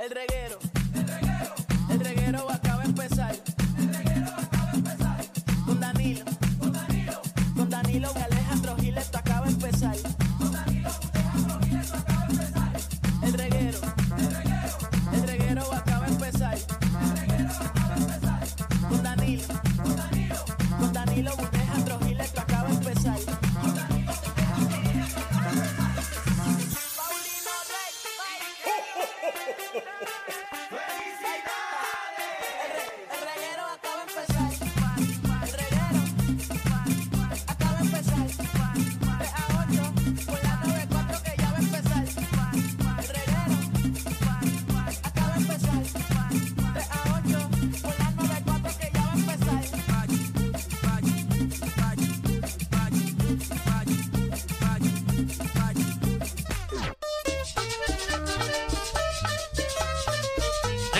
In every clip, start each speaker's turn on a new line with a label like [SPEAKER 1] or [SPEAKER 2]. [SPEAKER 1] El reguero. El reguero acaba de empezar. Con Danilo. Con Danilo y Alejandro Gil, esto acaba de empezar. El reguero. El reguero acaba de empezar. Con Danilo. Con Danilo y Alejandro Gil, esto acaba de empezar. Paulino Rey. El reguero acaba de empezar. El reguero acaba de empezar. 3 a 8 por la 94 que ya va a empezar. El reguero acaba de empezar. 3 a 8 por la 94 que ya va a empezar.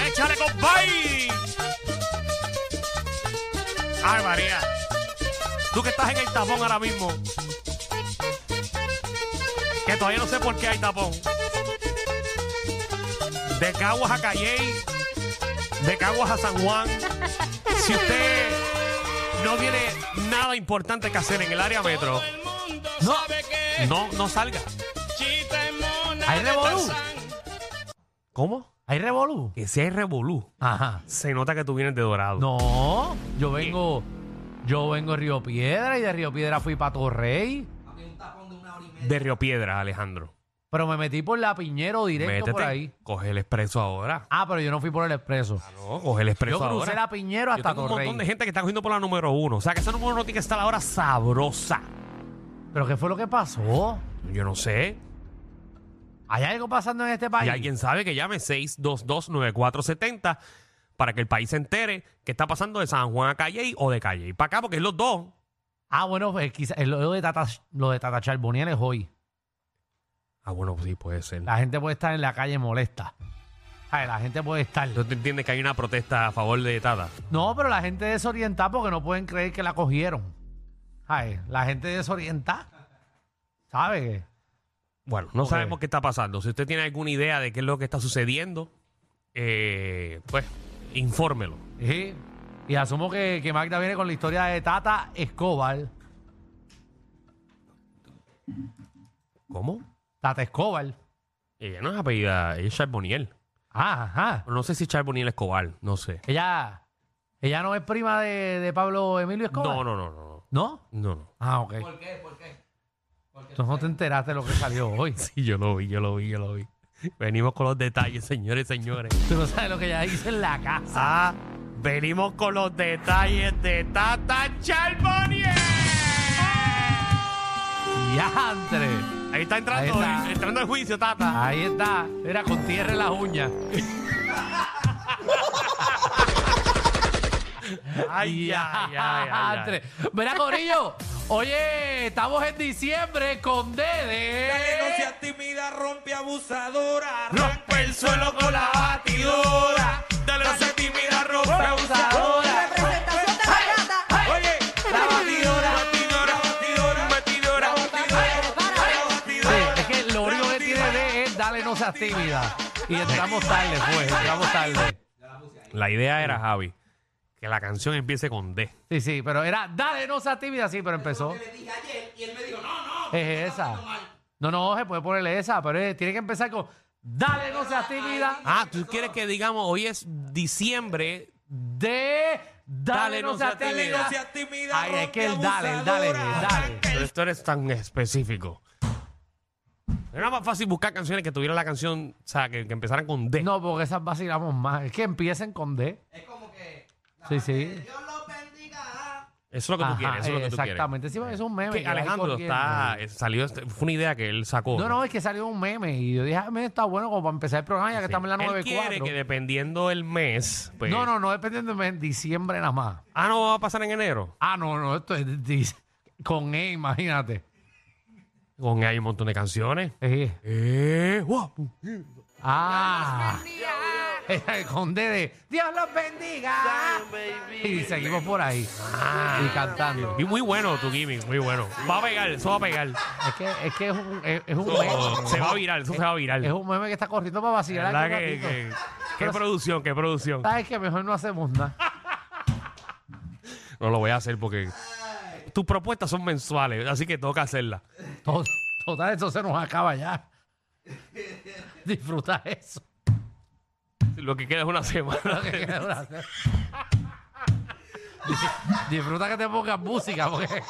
[SPEAKER 2] ¡Échale, compay! ¡Ay, María! Tú que estás en el tapón ahora mismo. Que todavía no sé por qué hay tapón. De Caguas a Calley. De Caguas a San Juan. Si usted no tiene nada importante que hacer en el área metro,
[SPEAKER 3] el mundo
[SPEAKER 2] no,
[SPEAKER 3] sabe que
[SPEAKER 2] no, no salga.
[SPEAKER 3] Chita es mona.
[SPEAKER 4] Ahí
[SPEAKER 3] de
[SPEAKER 4] revolú.
[SPEAKER 3] Tarzán.
[SPEAKER 2] ¿Cómo?
[SPEAKER 4] ¿Hay revolú?
[SPEAKER 2] Que si hay revolú,
[SPEAKER 4] Ajá.
[SPEAKER 2] se nota que tú vienes de dorado.
[SPEAKER 4] No, yo vengo, yo vengo de Río Piedra y de Río Piedra fui para Torrey,
[SPEAKER 2] De Río Piedra, Alejandro.
[SPEAKER 4] pero me metí por la Piñero directo por ahí.
[SPEAKER 2] Coge el expreso ahora.
[SPEAKER 4] Ah, pero yo no fui por el expreso.
[SPEAKER 2] No, coge el expreso
[SPEAKER 4] Yo crucé
[SPEAKER 2] Ah, pues ahora.
[SPEAKER 4] la Piñero
[SPEAKER 2] Yo
[SPEAKER 4] hasta
[SPEAKER 2] tengo un
[SPEAKER 4] Torrey.
[SPEAKER 2] montón de gente que está cogiendo por la número uno. O sea, que esa número uno tiene que estar a la hora sabrosa.
[SPEAKER 4] Pero ¿qué fue lo que pasó?
[SPEAKER 2] Yo no sé.
[SPEAKER 4] ¿Hay algo pasando en este
[SPEAKER 2] Y
[SPEAKER 4] país?
[SPEAKER 2] alguien sabe que llame 6229470 para que el país se entere qué está pasando de San Juan a Calle o de Calle. Para acá, porque es los dos.
[SPEAKER 4] Ah, bueno, pues, quizá- es lo de Tata, lo de Tata Charboniel es hoy.
[SPEAKER 2] Ah, bueno, sí, puede ser.
[SPEAKER 4] La gente puede estar en la calle molesta. Ay, la gente puede estar.
[SPEAKER 2] ¿Tú te entiendes que hay una protesta a favor de Tata?
[SPEAKER 4] No, pero la gente desorientada porque no pueden creer que la cogieron. Ay, la gente desorientada. ¿Sabe?
[SPEAKER 2] Bueno, no
[SPEAKER 4] Ok.
[SPEAKER 2] sabemos qué está pasando. Si usted tiene alguna idea de qué es lo que está sucediendo, eh, pues infórmelo.
[SPEAKER 4] Sí. Y asumo que, que Magda viene con la historia de Tata Escobar.
[SPEAKER 2] ¿Cómo?
[SPEAKER 4] Tata Escobar.
[SPEAKER 2] Ella no es apellida, ella es Charboniel.
[SPEAKER 4] Ah, ajá.
[SPEAKER 2] No sé si Charboniel Escobar, no sé.
[SPEAKER 4] Ella, ella no es prima de, de Pablo Emilio Escobar.
[SPEAKER 2] No, no, no, no.
[SPEAKER 4] ¿No?
[SPEAKER 2] No, no.
[SPEAKER 4] Ah, ok. ¿Por qué? ¿Por qué? Tú no te enteraste de lo que salió hoy.
[SPEAKER 2] Sí, yo lo vi, yo lo vi, yo lo vi. Venimos con los detalles, señores y señores.
[SPEAKER 4] Tú no sabes lo que ella hizo en la casa.
[SPEAKER 2] Ah, venimos con los detalles de Tata Charboniel.
[SPEAKER 4] ¡Diantre!
[SPEAKER 2] Ahí está Ah, entrando,
[SPEAKER 4] Ahí está.
[SPEAKER 2] entrando el juicio, Tata.
[SPEAKER 4] Ahí está. Era con tierra en las uñas.
[SPEAKER 2] Ay, ay, ay, ay, ay.
[SPEAKER 4] Diantre. Mira, Corillo. Oye, estamos en diciembre con Dede.
[SPEAKER 5] Dale, no seas tímida, rompe abusadora.
[SPEAKER 2] Rompe el suelo con la batidora. Dale, Oh. no se tímida, rompe abusadora.
[SPEAKER 6] Representación de la gata.
[SPEAKER 5] Oye, la batidora, batidora, batidora,
[SPEAKER 2] Batidora,
[SPEAKER 5] batidora,
[SPEAKER 6] Para.
[SPEAKER 5] batidora.
[SPEAKER 4] Sí, es que lo único que tiene de es dale no seas tímida. Y entramos tarde, pues, entramos tarde.
[SPEAKER 2] La idea era, Javi, que la canción empiece con D.
[SPEAKER 4] Sí, sí, pero era dale no seas tímida, sí, pero empezó. Es esa. No, no, se puede ponerle esa, pero eh, tiene que empezar con dale no seas tímida
[SPEAKER 2] Ah, tú quieres que digamos, hoy es diciembre.
[SPEAKER 4] de dale no seas
[SPEAKER 5] Dale,
[SPEAKER 4] tímida.
[SPEAKER 5] no seas tímida,
[SPEAKER 4] Ay, es
[SPEAKER 5] rompe
[SPEAKER 4] que el dale, el dale, el
[SPEAKER 5] abusadora.
[SPEAKER 4] dale.
[SPEAKER 2] Pero esto eres tan específico. Era más fácil buscar canciones que tuvieran la canción, o sea, que, que empezaran con D.
[SPEAKER 4] No, porque esas vacilamos más. Es que empiecen con D. Es como que. eh, Sí, sí.
[SPEAKER 2] Eso es lo que tú
[SPEAKER 4] Ajá,
[SPEAKER 2] quieres, eso es lo que tú quieres.
[SPEAKER 4] exactamente. Sí, porque es un meme.
[SPEAKER 2] Que
[SPEAKER 4] que hay
[SPEAKER 2] Alejandro
[SPEAKER 4] corriendo.
[SPEAKER 2] está, eh, salió, este- fue una idea que él sacó.
[SPEAKER 4] No, no, es que salió un meme y yo dije, ah, meme está bueno como para empezar el programa ya que
[SPEAKER 2] Sí.
[SPEAKER 4] estamos en la
[SPEAKER 2] Él quiere que
[SPEAKER 4] 94.
[SPEAKER 2] dependiendo del mes, pues-
[SPEAKER 4] No, no, no, dependiendo de en diciembre nada más.
[SPEAKER 2] Ah, no va a pasar en enero.
[SPEAKER 4] Ah, no, no, esto es dic- con E, imagínate.
[SPEAKER 2] Con hay un montón de canciones.
[SPEAKER 4] Eh,
[SPEAKER 2] Eh, wow.
[SPEAKER 4] Ah, con D de Dios los bendiga. Y seguimos por ahí.
[SPEAKER 2] Ah.
[SPEAKER 4] y cantando.
[SPEAKER 2] Y muy bueno tu gimmick, muy bueno. Va a pegar, eso va a pegar.
[SPEAKER 4] Es que es, que es un, es, es un
[SPEAKER 2] Eso
[SPEAKER 4] meme.
[SPEAKER 2] Oh, se va a virar, eso se va a virar.
[SPEAKER 4] Es un meme que está corriendo para vacilar.
[SPEAKER 2] La
[SPEAKER 4] aquí un
[SPEAKER 2] verdad que-
[SPEAKER 4] ratito.
[SPEAKER 2] que- ¿Qué producción? ¿Qué producción?
[SPEAKER 4] ¿Sabes que Mejor no hacemos nada.
[SPEAKER 2] No lo voy a hacer porque tus propuestas son mensuales, así que toca hacerlas.
[SPEAKER 4] To- Total, eso se nos acaba ya. Disfruta eso.
[SPEAKER 2] Lo que queda es una semana.
[SPEAKER 4] Di- Disfruta que te pongas música porque...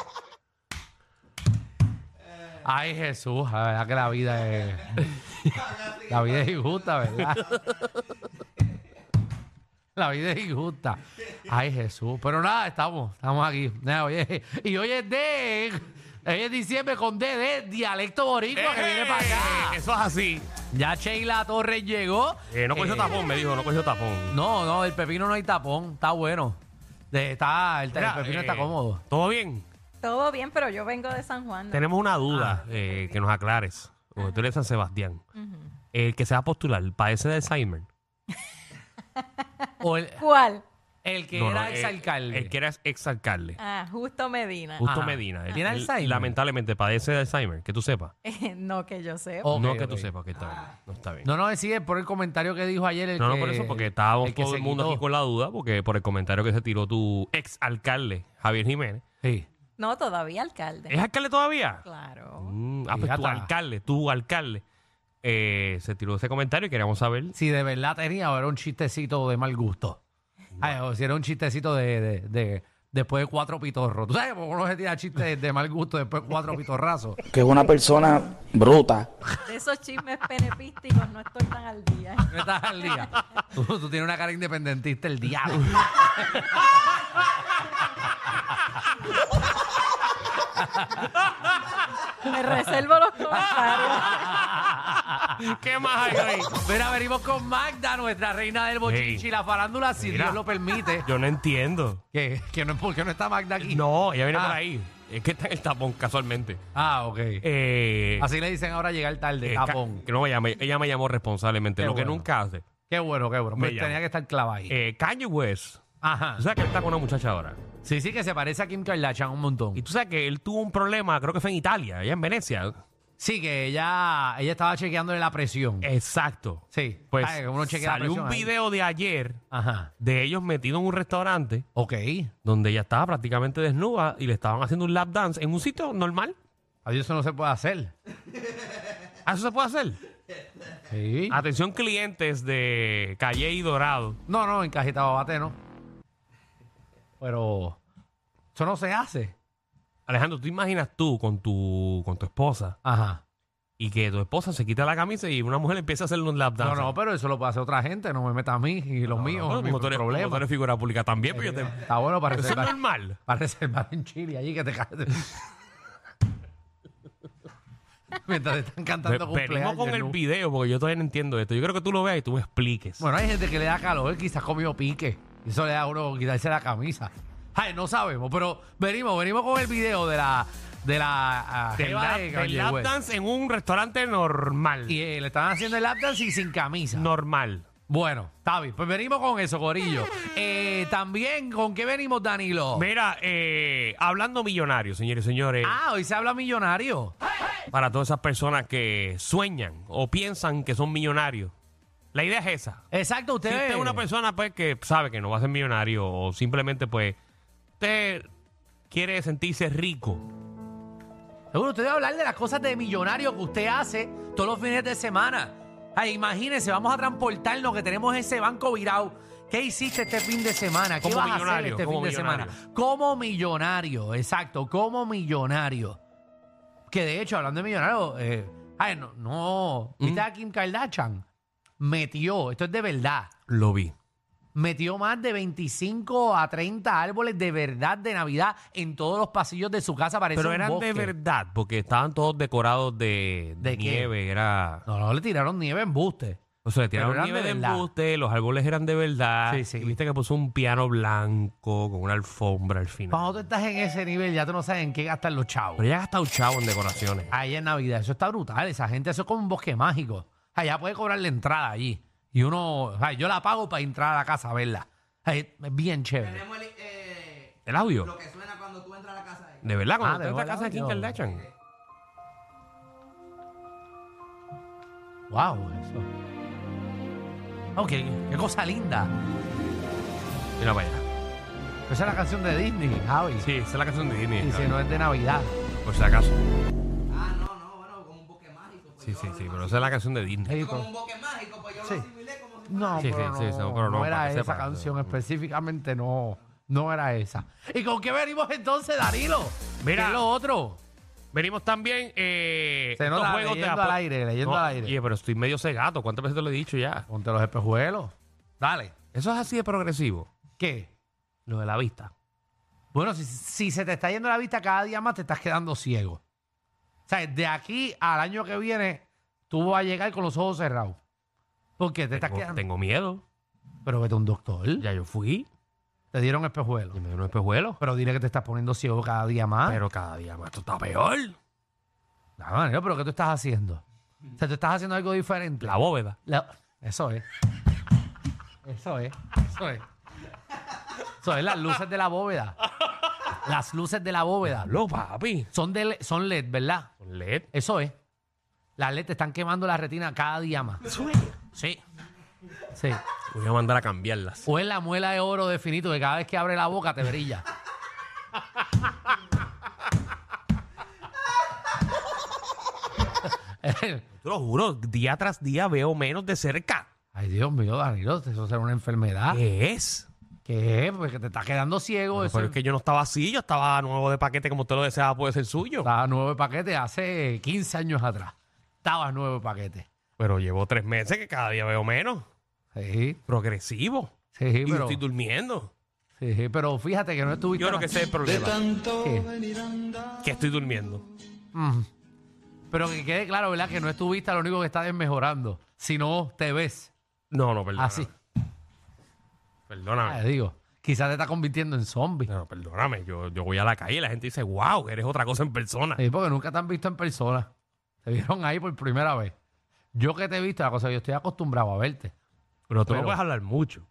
[SPEAKER 4] Ay Jesús, la verdad que la vida es... La vida es injusta, ¿verdad? La vida es injusta. Ay Jesús, pero nada, estamos, estamos aquí. Nada, oye, y hoy es de... Hoy es diciembre con D de dialecto boricua que viene para
[SPEAKER 2] Eh,
[SPEAKER 4] acá.
[SPEAKER 2] Eso es así.
[SPEAKER 4] Ya Sheila Torres llegó.
[SPEAKER 2] Eh, no cogió
[SPEAKER 4] Eh,
[SPEAKER 2] tapón, me dijo, no cogió tapón.
[SPEAKER 4] no, no, el pepino no hay tapón, está bueno. De- está, el, el
[SPEAKER 2] Mira,
[SPEAKER 4] pepino
[SPEAKER 2] eh,
[SPEAKER 4] está cómodo.
[SPEAKER 2] ¿Todo bien?
[SPEAKER 6] Todo bien, pero yo vengo de San Juan. ¿no?
[SPEAKER 2] Tenemos una duda
[SPEAKER 4] Ah.
[SPEAKER 2] eh, que nos aclares. Porque tú eres San Sebastián. El que se va a postular, ¿padece de Alzheimer?
[SPEAKER 4] O el,
[SPEAKER 6] ¿Cuál?
[SPEAKER 4] el que
[SPEAKER 2] No, no,
[SPEAKER 4] era
[SPEAKER 2] el-
[SPEAKER 4] exalcalde.
[SPEAKER 2] El que era exalcalde.
[SPEAKER 6] Ah, Justo Medina.
[SPEAKER 2] Justo
[SPEAKER 4] Ajá.
[SPEAKER 2] Medina. Él-
[SPEAKER 4] ¿Tiene
[SPEAKER 2] él
[SPEAKER 4] Alzheimer?
[SPEAKER 2] Lamentablemente padece de Alzheimer, que tú sepas.
[SPEAKER 6] Eh, no que yo sé.
[SPEAKER 4] Ok,
[SPEAKER 2] no que tú
[SPEAKER 4] ok.
[SPEAKER 2] sepas que está bien. No está bien.
[SPEAKER 4] No, no, sí, es por el comentario que dijo ayer el
[SPEAKER 2] No, no,
[SPEAKER 4] que-
[SPEAKER 2] por eso, porque estábamos
[SPEAKER 4] que
[SPEAKER 2] todo
[SPEAKER 4] se
[SPEAKER 2] el mundo
[SPEAKER 4] quitó.
[SPEAKER 2] aquí con la duda, porque por el comentario que se tiró tu ex alcalde, Javier Jiménez.
[SPEAKER 4] Sí.
[SPEAKER 6] No, todavía alcalde.
[SPEAKER 2] ¿Es alcalde todavía?
[SPEAKER 6] Claro.
[SPEAKER 2] Mm, ah, pues
[SPEAKER 4] Fíjate.
[SPEAKER 2] tu alcalde, tu alcalde. eh, se tiró ese comentario y queríamos saber.
[SPEAKER 4] Si de verdad tenía o era un chistecito de mal gusto. Ay, o si era un chistecito de, de- de- después de cuatro pitorros. Tú sabes, porque uno se tira chistes de mal gusto después de cuatro pitorrazos.
[SPEAKER 7] que es una persona bruta.
[SPEAKER 6] De esos chismes penepísticos no estoy tan al día.
[SPEAKER 4] No estás al día. Tú, tú tienes una cara independentista, el diablo.
[SPEAKER 6] Me reservo los comentarios.
[SPEAKER 4] Ah,
[SPEAKER 2] ¿Qué más hay ahí?
[SPEAKER 4] Mira, venimos con Magda, nuestra reina del bochinchi,
[SPEAKER 2] Ey.
[SPEAKER 4] la farándula, si
[SPEAKER 2] Mira.
[SPEAKER 4] Dios lo permite.
[SPEAKER 2] Yo no entiendo.
[SPEAKER 4] Que, que no, ¿Por qué no está Magda aquí?
[SPEAKER 2] No, ella viene
[SPEAKER 4] Ah.
[SPEAKER 2] por ahí. Es que está en el tapón, casualmente.
[SPEAKER 4] Ah, ok.
[SPEAKER 2] Eh,
[SPEAKER 4] Así le dicen ahora llegar tarde,
[SPEAKER 2] eh, ca-
[SPEAKER 4] tapón.
[SPEAKER 2] que no, ella me, ella me llamó responsablemente,
[SPEAKER 4] Qué
[SPEAKER 2] lo que
[SPEAKER 4] bueno.
[SPEAKER 2] nunca hace.
[SPEAKER 4] Qué bueno, qué bueno.
[SPEAKER 2] Me
[SPEAKER 4] Pues
[SPEAKER 2] llamo.
[SPEAKER 4] tenía que estar clavado ahí.
[SPEAKER 2] Eh, Kanye West.
[SPEAKER 4] Ajá.
[SPEAKER 2] Tú sabes que él está con una muchacha ahora.
[SPEAKER 4] Sí, sí, que se parece a Kim Kardashian un montón.
[SPEAKER 2] Y tú sabes que él tuvo un problema, creo que fue en Italia, allá en Venecia.
[SPEAKER 4] Sí, que ella, ella estaba chequeándole la presión.
[SPEAKER 2] Exacto.
[SPEAKER 4] Sí.
[SPEAKER 2] Pues
[SPEAKER 4] Ay, que uno chequea la
[SPEAKER 2] salió un
[SPEAKER 4] presión ahí.
[SPEAKER 2] video de ayer
[SPEAKER 4] Ajá.
[SPEAKER 2] de ellos metidos en un restaurante
[SPEAKER 4] Ok.
[SPEAKER 2] donde ella estaba prácticamente desnuda y le estaban haciendo un lap dance en un sitio normal.
[SPEAKER 4] Ay, Ah, Eso no se puede hacer.
[SPEAKER 2] ¿Ah, ¿Eso se puede hacer?
[SPEAKER 4] Sí.
[SPEAKER 2] Atención clientes de Calle y Dorado.
[SPEAKER 4] No, no, en Cajita Babate no. Pero eso no se hace.
[SPEAKER 2] Alejandro, ¿tú imaginas tú con tu, con tu esposa
[SPEAKER 4] Ajá.
[SPEAKER 2] y que tu esposa se quita la camisa y una mujer empieza a hacerle un lap
[SPEAKER 4] No,
[SPEAKER 2] dance?
[SPEAKER 4] no, pero eso lo puede hacer otra gente, no me meta a mí y los míos,
[SPEAKER 2] No,
[SPEAKER 4] mi
[SPEAKER 2] como tú eres, como tú
[SPEAKER 4] problema. Eh,
[SPEAKER 2] eres figura pública también, pero yo te...
[SPEAKER 4] Está bueno para
[SPEAKER 2] Eso es
[SPEAKER 4] reservar,
[SPEAKER 2] normal.
[SPEAKER 4] para reservar en Chile allí que te caes. Mientras te están cantando
[SPEAKER 2] Ve- Venimos
[SPEAKER 4] cumpleaños.
[SPEAKER 2] con el
[SPEAKER 4] ¿no?
[SPEAKER 2] video porque yo todavía no entiendo esto. Yo creo que tú lo veas y tú me expliques.
[SPEAKER 4] Bueno, hay gente que le da calor, quizás comió pique. Y Eso le da a uno quitarse la camisa. Ay, no sabemos, pero venimos, venimos con el video de la de la ah,
[SPEAKER 2] Del
[SPEAKER 4] jeva
[SPEAKER 2] lap,
[SPEAKER 4] de
[SPEAKER 2] del
[SPEAKER 4] Kanye
[SPEAKER 2] lap
[SPEAKER 4] West.
[SPEAKER 2] dance en un restaurante normal.
[SPEAKER 4] Y eh, le están haciendo el lap dance y sin camisa.
[SPEAKER 2] normal.
[SPEAKER 4] Bueno, está bien. Pues venimos con eso, Corillo. Eh, también, ¿con qué venimos, Danilo?
[SPEAKER 2] Mira, eh, hablando millonario, señores y señores,
[SPEAKER 4] Ah, hoy se habla millonario.
[SPEAKER 2] para todas esas personas que sueñan o piensan que son millonarios, la idea es esa.
[SPEAKER 4] Exacto,
[SPEAKER 2] Si
[SPEAKER 4] usted
[SPEAKER 2] usted es una persona pues que sabe que no va a ser millonario o simplemente pues usted quiere sentirse rico,
[SPEAKER 4] Seguro, usted debe hablar de las cosas de millonario que usted hace todos los fines de semana. Ay, imagínese, vamos a transportarnos que tenemos ese banco virado. ¿Qué hiciste este fin de semana? ¿Qué
[SPEAKER 2] Como
[SPEAKER 4] vas a hacer
[SPEAKER 2] millonario,
[SPEAKER 4] este
[SPEAKER 2] como
[SPEAKER 4] fin de semana?
[SPEAKER 2] millonario.
[SPEAKER 4] Como millonario, exacto, como millonario. Que de hecho, hablando de millonario, eh, ay, no, no.
[SPEAKER 2] Mm.
[SPEAKER 4] ¿Viste a Kim Kardashian? Metió, esto es de verdad,
[SPEAKER 2] lo vi.
[SPEAKER 4] metió más de 25 a 30 árboles de verdad de Navidad en todos los pasillos de su casa. Parece
[SPEAKER 2] Pero
[SPEAKER 4] un
[SPEAKER 2] eran de
[SPEAKER 4] bosque.
[SPEAKER 2] verdad, porque estaban todos decorados de, de
[SPEAKER 4] ¿De qué?
[SPEAKER 2] nieve, era...
[SPEAKER 4] No, no, le tiraron nieve en buste.
[SPEAKER 2] O sea, le
[SPEAKER 4] Pero
[SPEAKER 2] tiraron
[SPEAKER 4] eran
[SPEAKER 2] nieve
[SPEAKER 4] de
[SPEAKER 2] de
[SPEAKER 4] verdad.
[SPEAKER 2] embuste, los árboles eran de verdad.
[SPEAKER 4] Sí, sí.
[SPEAKER 2] Y viste que puso un piano blanco con una alfombra al final.
[SPEAKER 4] Cuando tú estás en ese nivel, ya tú no sabes en qué gastar los chavos.
[SPEAKER 2] Pero ya ha gastado chavo en decoraciones.
[SPEAKER 4] Ahí en Navidad, eso está brutal. Esa gente, eso es como un bosque mágico. Allá puede cobrar la entrada allí. Y uno, o sea, yo la pago para entrar a la casa a verla. Ay, Es bien chévere.
[SPEAKER 5] Tenemos el, eh,
[SPEAKER 2] El audio.
[SPEAKER 5] lo que suena cuando tú entras a la casa.
[SPEAKER 2] De verdad,
[SPEAKER 4] Ah,
[SPEAKER 2] cuando
[SPEAKER 4] de
[SPEAKER 2] entró a
[SPEAKER 4] verdad,
[SPEAKER 2] la casa de Kim
[SPEAKER 4] audio.
[SPEAKER 2] Kardashian.
[SPEAKER 4] Wow, eso. Ok, qué cosa linda.
[SPEAKER 2] Mira para allá.
[SPEAKER 4] Esa es la canción de Disney, Javi.
[SPEAKER 2] Sí, esa es la canción de Disney.
[SPEAKER 4] Y si
[SPEAKER 2] Javi,
[SPEAKER 4] no es de Navidad.
[SPEAKER 2] Por si acaso.
[SPEAKER 5] Ah, no, no, bueno, como un bosque mágico. Pues yo
[SPEAKER 2] Sí, sí,
[SPEAKER 5] lo
[SPEAKER 2] sí,
[SPEAKER 5] asimilé.
[SPEAKER 2] pero esa es la canción de Disney.
[SPEAKER 4] Ey,
[SPEAKER 5] Como
[SPEAKER 4] con-
[SPEAKER 5] un bosque mágico, pues yo
[SPEAKER 4] Sí.
[SPEAKER 5] lo asimilé como si
[SPEAKER 4] No,
[SPEAKER 2] Sí,
[SPEAKER 4] pero
[SPEAKER 2] sí,
[SPEAKER 4] no,
[SPEAKER 2] sí, no, pero no, para
[SPEAKER 4] era
[SPEAKER 2] que
[SPEAKER 4] esa
[SPEAKER 2] sepa.
[SPEAKER 4] canción específicamente, no, no era esa. ¿Y con qué venimos entonces, Danilo?
[SPEAKER 2] Mira.
[SPEAKER 4] ¿Qué es lo otro?
[SPEAKER 2] Venimos también. Eh,
[SPEAKER 4] Se nota,
[SPEAKER 2] estos juegos de
[SPEAKER 4] leyendo
[SPEAKER 2] apo-
[SPEAKER 4] al aire, leyendo al aire.
[SPEAKER 2] Oye, pero estoy medio cegato. ¿Cuántas veces te lo he dicho ya?
[SPEAKER 4] Ponte los espejuelos. Dale.
[SPEAKER 2] Eso es así de progresivo.
[SPEAKER 4] ¿Qué?
[SPEAKER 2] Lo de la vista.
[SPEAKER 4] Bueno, si, si se te está yendo la vista cada día más, te estás quedando ciego. O sea, de aquí al año que viene, tú vas a llegar con los ojos cerrados. Porque te estás
[SPEAKER 2] Tengo,
[SPEAKER 4] quedando.
[SPEAKER 2] tengo miedo.
[SPEAKER 4] Pero vete a un doctor.
[SPEAKER 2] Ya yo fui.
[SPEAKER 4] Te dieron espejuelos.
[SPEAKER 2] Y me dieron espejuelos.
[SPEAKER 4] Pero dile que te estás poniendo ciego cada día más.
[SPEAKER 2] Pero cada día más esto está peor.
[SPEAKER 4] No, Danilo, pero ¿qué tú estás haciendo? O sea, tú estás haciendo algo diferente.
[SPEAKER 2] La bóveda.
[SPEAKER 4] La- Eso es. Eso es. Eso es. Eso es las luces de la bóveda. Las luces de la bóveda.
[SPEAKER 2] Lo papi.
[SPEAKER 4] Son, de, le- son LED, ¿verdad?
[SPEAKER 2] Con E LED.
[SPEAKER 4] Eso es. Las LED te están quemando la retina cada día más. Sí. Sí.
[SPEAKER 2] Voy a mandar a cambiarlas.
[SPEAKER 4] O es la muela de oro de finito que cada vez que abre la boca te brilla.
[SPEAKER 2] Te lo juro, día tras día veo menos de cerca.
[SPEAKER 4] Ay, Dios mío, Danilo, eso será una enfermedad.
[SPEAKER 2] ¿Qué es?
[SPEAKER 4] ¿Qué? Pues que te estás quedando ciego.
[SPEAKER 2] Pero
[SPEAKER 4] eso
[SPEAKER 2] es que yo no estaba así, yo estaba nuevo de paquete como usted lo deseaba, puede ser suyo.
[SPEAKER 4] Estaba nuevo de paquete hace 15 años atrás. Estaba nuevo de paquete.
[SPEAKER 2] Pero llevo tres meses que cada día veo menos.
[SPEAKER 4] Sí,
[SPEAKER 2] Progresivo.
[SPEAKER 4] sí,
[SPEAKER 2] Y yo
[SPEAKER 4] pero,
[SPEAKER 2] estoy durmiendo.
[SPEAKER 4] sí, pero fíjate que no estuviste.
[SPEAKER 2] Yo creo que ese es el problema.
[SPEAKER 4] ¿Qué?
[SPEAKER 2] Que estoy durmiendo.
[SPEAKER 4] Mm. Pero que quede claro, ¿verdad? Que no estuviste, lo único que está desmejorando. Si no, te ves
[SPEAKER 2] No, no, perdóname.
[SPEAKER 4] así.
[SPEAKER 2] Perdóname.
[SPEAKER 4] Te digo, quizás te está convirtiendo en zombie.
[SPEAKER 2] No, perdóname. Yo, yo voy a la calle y la gente dice, wow, eres otra cosa en persona.
[SPEAKER 4] Sí, porque nunca te han visto en persona. Te vieron ahí por primera vez. Yo que te he visto, la cosa, yo estoy acostumbrado a verte.
[SPEAKER 2] Pero tú
[SPEAKER 4] Pero-
[SPEAKER 2] no puedes hablar mucho.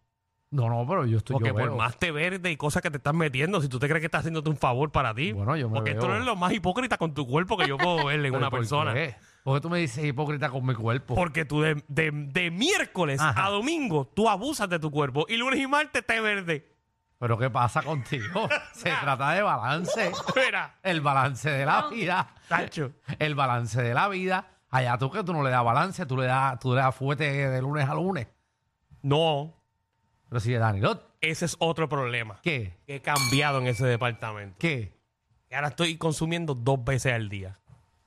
[SPEAKER 4] No, no, pero yo estoy.
[SPEAKER 2] Porque
[SPEAKER 4] yo
[SPEAKER 2] por
[SPEAKER 4] veo.
[SPEAKER 2] más te verde y cosas que te estás metiendo, si tú te crees que estás haciéndote un favor para ti.
[SPEAKER 4] Bueno, yo me
[SPEAKER 2] porque tú
[SPEAKER 4] veo.
[SPEAKER 2] eres lo más hipócrita con tu cuerpo que yo puedo verle en
[SPEAKER 4] ¿Pero
[SPEAKER 2] una
[SPEAKER 4] por
[SPEAKER 2] persona.
[SPEAKER 4] qué? Porque tú me dices hipócrita con mi cuerpo.
[SPEAKER 2] Porque tú de, de- de miércoles
[SPEAKER 4] Ajá.
[SPEAKER 2] a domingo tú abusas de tu cuerpo y lunes y martes te verde.
[SPEAKER 4] Pero ¿qué pasa contigo? Se trata de balance.
[SPEAKER 2] Mira,
[SPEAKER 4] El balance de la vida.
[SPEAKER 2] Tacho.
[SPEAKER 4] El balance de la vida. Allá tú que tú no le das balance, tú le das, tú le das fuerte de lunes a lunes.
[SPEAKER 2] No,
[SPEAKER 4] Pero si Danilo,
[SPEAKER 2] ese es otro problema.
[SPEAKER 4] ¿qué?
[SPEAKER 2] Que he cambiado en ese departamento.
[SPEAKER 4] ¿Qué?
[SPEAKER 2] Y ahora estoy consumiendo dos veces al día.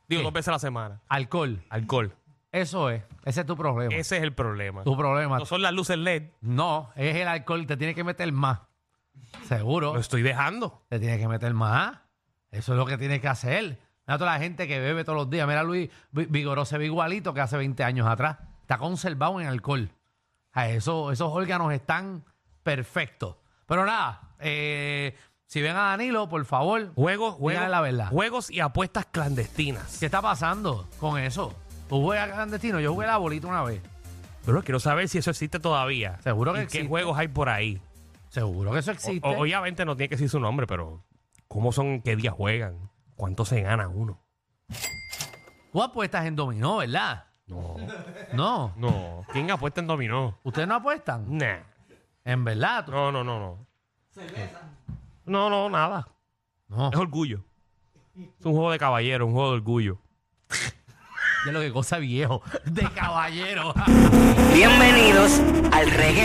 [SPEAKER 2] Digo,
[SPEAKER 4] ¿Qué?
[SPEAKER 2] dos veces a la semana.
[SPEAKER 4] Alcohol.
[SPEAKER 2] Alcohol.
[SPEAKER 4] Eso es. Ese es tu problema.
[SPEAKER 2] Ese es el problema.
[SPEAKER 4] tu problema.
[SPEAKER 2] No son las luces LED.
[SPEAKER 4] No, es el alcohol. Te tienes que meter más. Seguro.
[SPEAKER 2] Lo estoy dejando.
[SPEAKER 4] Te tienes que meter más. Eso es lo que tienes que hacer. Mira toda la gente que bebe todos los días. Mira a Luis Vi- Vigoró se ve igualito que hace 20 años atrás. Está conservado en alcohol. A eso, esos órganos están perfectos. Pero nada, eh, si ven a Danilo, por favor,
[SPEAKER 2] Juegos, juegos,
[SPEAKER 4] Dígame la verdad.
[SPEAKER 2] juegos y apuestas clandestinas.
[SPEAKER 4] ¿qué está pasando con eso? ¿Tú juegas clandestino? Yo jugué la bolita una vez.
[SPEAKER 2] Pero quiero saber si eso existe todavía.
[SPEAKER 4] Seguro que
[SPEAKER 2] ¿Y
[SPEAKER 4] existe.
[SPEAKER 2] ¿Qué juegos hay por ahí?
[SPEAKER 4] Seguro que eso
[SPEAKER 2] O-
[SPEAKER 4] existe.
[SPEAKER 2] o- obviamente no tiene que decir su nombre, pero ¿cómo son? ¿Qué día juegan? ¿Cuánto se gana uno?
[SPEAKER 4] Tú apuestas en dominó, ¿verdad?
[SPEAKER 2] No,
[SPEAKER 4] No.
[SPEAKER 2] no. ¿Quién apuesta en dominó?
[SPEAKER 4] ¿Ustedes no apuestan?
[SPEAKER 2] Nah.
[SPEAKER 4] En verdad. tú-
[SPEAKER 2] No, no, no, no. No, no, nada.
[SPEAKER 4] No.
[SPEAKER 2] Es orgullo. Es un juego de caballero, un juego de orgullo.
[SPEAKER 4] Ya lo que cosa viejo. De caballero.
[SPEAKER 1] Bienvenidos al reggae.